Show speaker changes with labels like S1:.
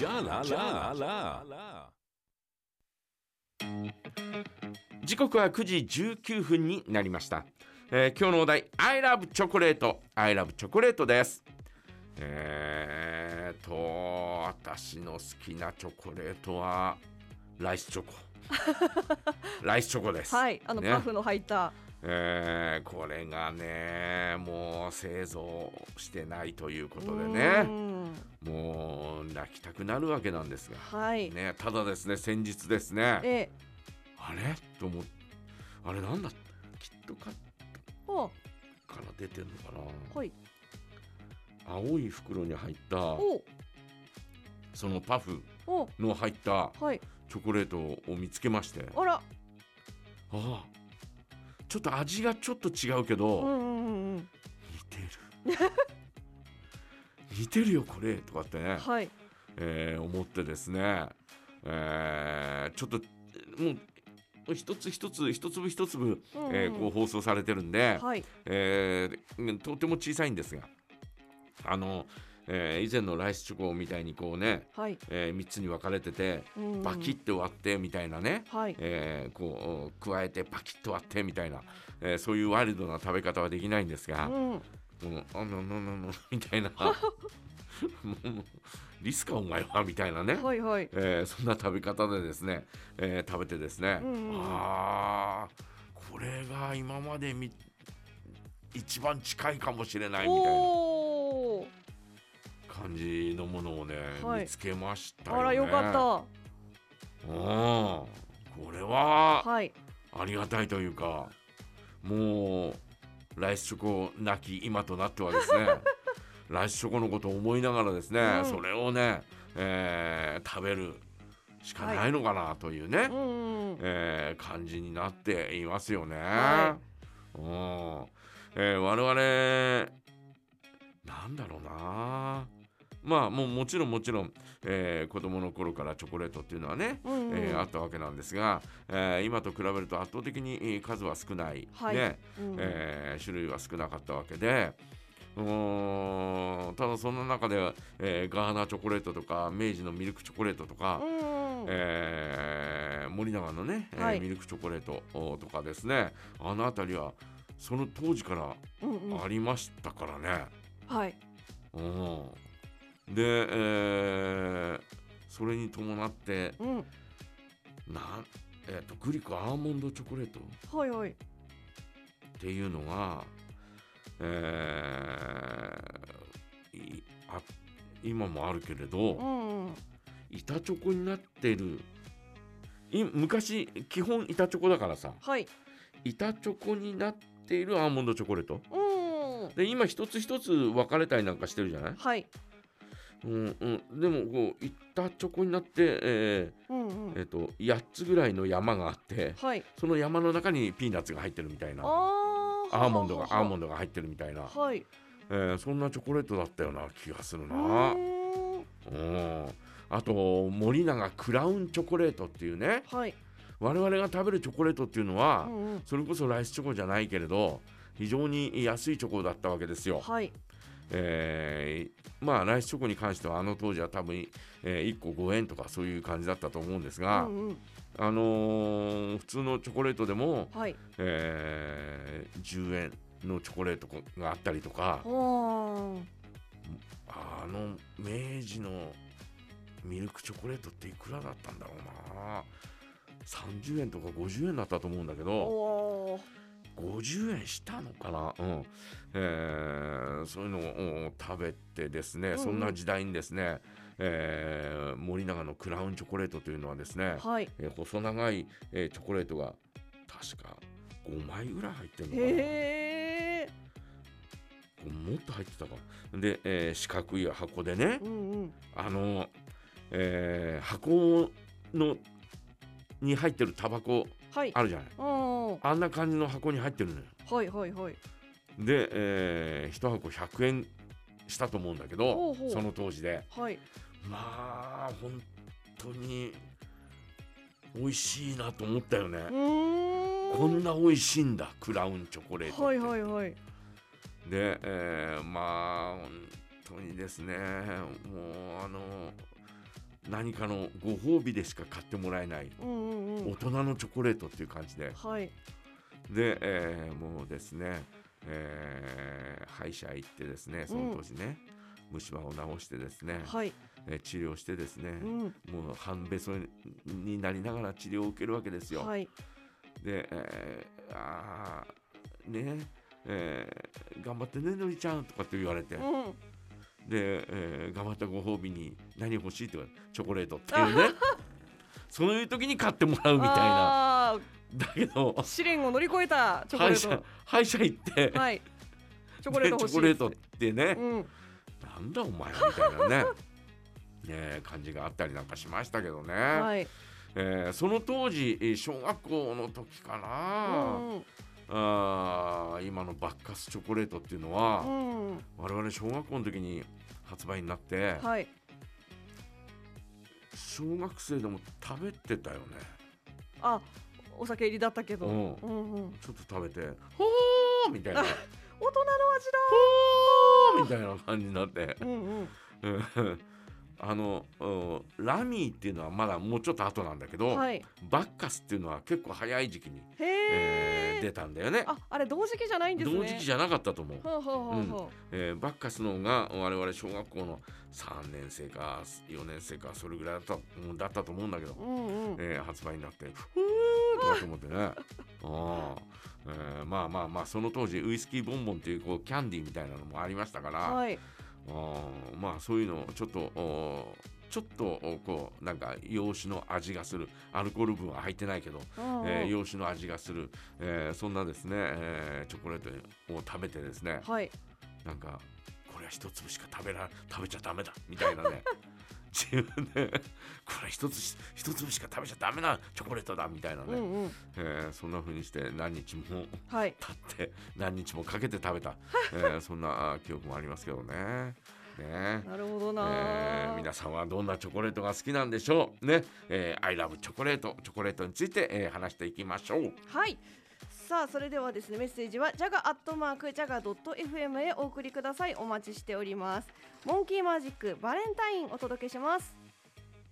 S1: Ja la la la.
S2: 時刻は9時19分になりました、えー今日のお題「I love チョコレート」「I love チョコレート」ですえーと私の好きなチョコレートはライスチョ コライスチョコです、
S3: はい、あの
S2: ね
S3: パフの入った、
S2: えーこれがねもう製造してないということで
S3: う
S2: ね
S3: ん
S2: もう泣きたくなるわけなんですが、
S3: はい、
S2: ね、ただですね先日ですね
S3: え
S2: あれと思ってあれなんだきっとか
S3: お
S2: から出てんのかな
S3: はい
S2: 青い袋に入った
S3: お
S2: そのパフ
S3: お
S2: の入った
S3: はい
S2: チョコレートを見つけましてあ
S3: あら
S2: あちょっと味がちょっと違うけ
S3: うんう
S2: ど
S3: んうんうん
S2: 似てる 似てるよこれとかってね、
S3: はい
S2: えー思ってですね、えーちょっともう一つ一つ一粒一粒、
S3: うんうん
S2: えーこう放送されてるんで、
S3: はい
S2: えーとても小さいんですがあの、えー以前のライスチョコみたいにこうね、
S3: はい
S2: え3つに分かれてて
S3: うんうん
S2: バキッて割ってみたいなね、
S3: はい
S2: えーこう加えてバキッと割ってみたいな、えーそういうワイルドな食べ方はできないんですが、
S3: うん
S2: このあののののみたい なもうもうリスかお前はみたいなね、
S3: はい はい
S2: えーそんな食べ方でですね、えー食べてですね、
S3: うんうんうん
S2: あーこれが今までみ一番近いかもしれないみたいな
S3: おお
S2: 感じのものをね、
S3: はい
S2: 見つけましたよ、ね、
S3: あらよか
S2: たこれ
S3: っ
S2: は
S3: たはい
S2: ありがたいというかもうライスチョコなき今となってはです ねライスチョコのことを思いながらですね、
S3: うん
S2: それをね、えー食べるしかないのかなというね、
S3: うんうんうん
S2: えー感じになっていますよね。
S3: は
S2: うんえー我々なんだろうなまあもうもちろんもちろん、えー子供の頃からチョコレートっていうのはね、
S3: うんうん
S2: えーあったわけなんですが、えー今と比べると圧倒的にえー数は少ない、
S3: はい
S2: ね
S3: うん
S2: えー種類は少なかったわけで。うーんただそんな中で、えーガーナチョコレートとか明治のミルクチョコレートとか、
S3: うんうん
S2: えー森永のね、えー
S3: はい
S2: ミルクチョコレートおとかですねあの辺りはその当時から
S3: うんうん
S2: ありましたからね。
S3: はい
S2: うん、で、えーそれに伴って
S3: う
S2: な
S3: ん
S2: ん、えー、とグリコアーモンドチョコレートっ
S3: はいはい
S2: ていうのが、えーいあ今もあるけれど。
S3: うんうん
S2: 板チョコになってるい昔基本板チョコだからさ
S3: はい
S2: 板チョコになっているアーモンドチョコレート
S3: うんうん
S2: で今一つ一つ分かれたりなんかしてるじゃない、
S3: はい
S2: うんうん、でもこう板チョコになって、え
S3: うんう
S2: ーえ
S3: ん
S2: ーと8つぐらいの山があって
S3: はい
S2: その山の中にピーナッツが入ってるみたい
S3: あ
S2: な
S3: ー
S2: アーモンドがアーモン
S3: ン
S2: ドが入ってるみたいな、
S3: はい
S2: えーそんなチョコレートだったような気がする
S3: う
S2: な。
S3: ーん
S2: うんあと森永クラウンチョコレートっていうね
S3: はい
S2: 我々が食べるチョコレートっていうのは
S3: う、んうん
S2: それこそライスチョコじゃないけれど非常に安いチョコだったわけですよ。
S3: はい
S2: えーまあライスチョコに関してはあの当時は多分、えー1個5円とかそういう感じだったと思うんです
S3: う
S2: が、
S3: んうん
S2: あのー普通のチョコレートでも、
S3: はい
S2: えー10円のチョコレートがあったりとか
S3: おー
S2: あの明治のミルクチョコレートっていくらだったんだろうな30円とか50円だったと思うんだけど。
S3: おー
S2: 50円したのかな、うんえーそういうのをうん食べてですね、
S3: んうん
S2: そんな時代にですね、えー森永のクラウンチョコレートというのはですね、
S3: はい
S2: えー細長い、えーチョコレートが確か5枚ぐらい入ってるのかな、
S3: へえ
S2: こうもっと入ってたかで、えー四角い箱でね
S3: うんうん
S2: あの、えー箱のに入ってるタバコ
S3: はい
S2: あるじゃない
S3: うんは
S2: あんな感じの箱に入ってるのよ。
S3: いはいはい
S2: で、え1箱100円したと思うんだけ
S3: ほ
S2: ど
S3: うほう
S2: その当時で
S3: はい
S2: まあ本当に美味しいなと思ったよね
S3: う、ーん
S2: こんな美味しいんだクラウンチョコレートって、
S3: はいはいはい
S2: で、えーまあ本当にですねもうあの何かのご褒美でしか買ってもらえない
S3: うんうんう
S2: 大
S3: ん。
S2: 人のチョコレートっていう感じで
S3: はい。
S2: で、えーもうですね、えー歯医者行ってですねその年ね、虫歯を治してですね、
S3: はい。
S2: えー治療してですね、
S3: うん。
S2: もう半べそになりながら治療を受けるわけですよ。
S3: はい。
S2: で、えーあーねえー頑張ってねのりちゃんとかって言われて、
S3: う
S2: で、
S3: ん。
S2: えー頑張ったご褒美に何欲しいって言われてチョコレートっていう ねそういう時に買ってもらうみたいな
S3: あ
S2: だけど
S3: あ、試練を乗り越えたチョコ
S2: 歯
S3: レ
S2: 医
S3: ー
S2: 者
S3: ト。
S2: 歯医者行って、
S3: はい。チョコレート
S2: で
S3: 欲し い。
S2: チョコレートってね、
S3: うん。
S2: なんだお前はみたいなね ねえ感じがあったりなんかしましたけどね、
S3: はい。
S2: えーその当時えー小学校の時か
S3: う
S2: な、
S3: んうん。
S2: あー今のバッカスチョコレートっていうのは、
S3: うん。
S2: 我々小学校の時に発売になって、
S3: はい。
S2: 小学生でも食べてたよね
S3: あ、お酒入りだったけど。
S2: う
S3: うんんうん。
S2: ちょっと食べ て「ほー!」みたいな「
S3: あ
S2: ほ
S3: 大人の
S2: ー!」
S3: 味だ。
S2: みたいな感じにな って
S3: うんうん。
S2: うんあのうんラミーっていうのはまだもうちょっと後なんだけど、
S3: はい。
S2: バッカスっていうのは結構早い時期に、
S3: へ
S2: えー
S3: え。
S2: 出たんだよね
S3: あ、あれ同時期じゃないんですね。
S2: 同時期じゃなかったと思う、
S3: ほうほうほうほ
S2: えーバッカスの方が我々小学校の3年生か4年生かそれぐらいだったうんだったと思うんだけど
S3: う。う、んうん。
S2: えー発売になって「ふー」とかと思って ねあ、えーまあまあまあその当時ウイスキーボンボンっていうこうキャンディーみたいなのもありましたから、
S3: はい。
S2: あーまあそういうのをちょっとおーちょっとおこうなんか洋酒の味がするアルコール分は入ってないけど、
S3: うんうん
S2: えー洋酒の味がする、えーそんなですね、えーチョコレートを食べてですね
S3: はい。
S2: なんかこれは一粒しか食べら食べちゃダメだみたいなね 自分でこれは一つし一粒しか食べちゃダメなチョコレートだみたいなね、
S3: うんうん。
S2: えーそんな風にして何日も
S3: はい。
S2: 経って何日もかけて食べ た、えーそんなあー記憶もありますけどね。ね
S3: なるほどな。
S2: えー皆さんはどんなチョコレートが好きなんでしょうね、えー、I love チョコレートチョコレートについて、えー話していきましょう
S3: はい。さあそれではですねメッセージはジャガアットマークジャガドット FM へお送りくださいお待ちしておりますモンキーマジックバレンタインお届けします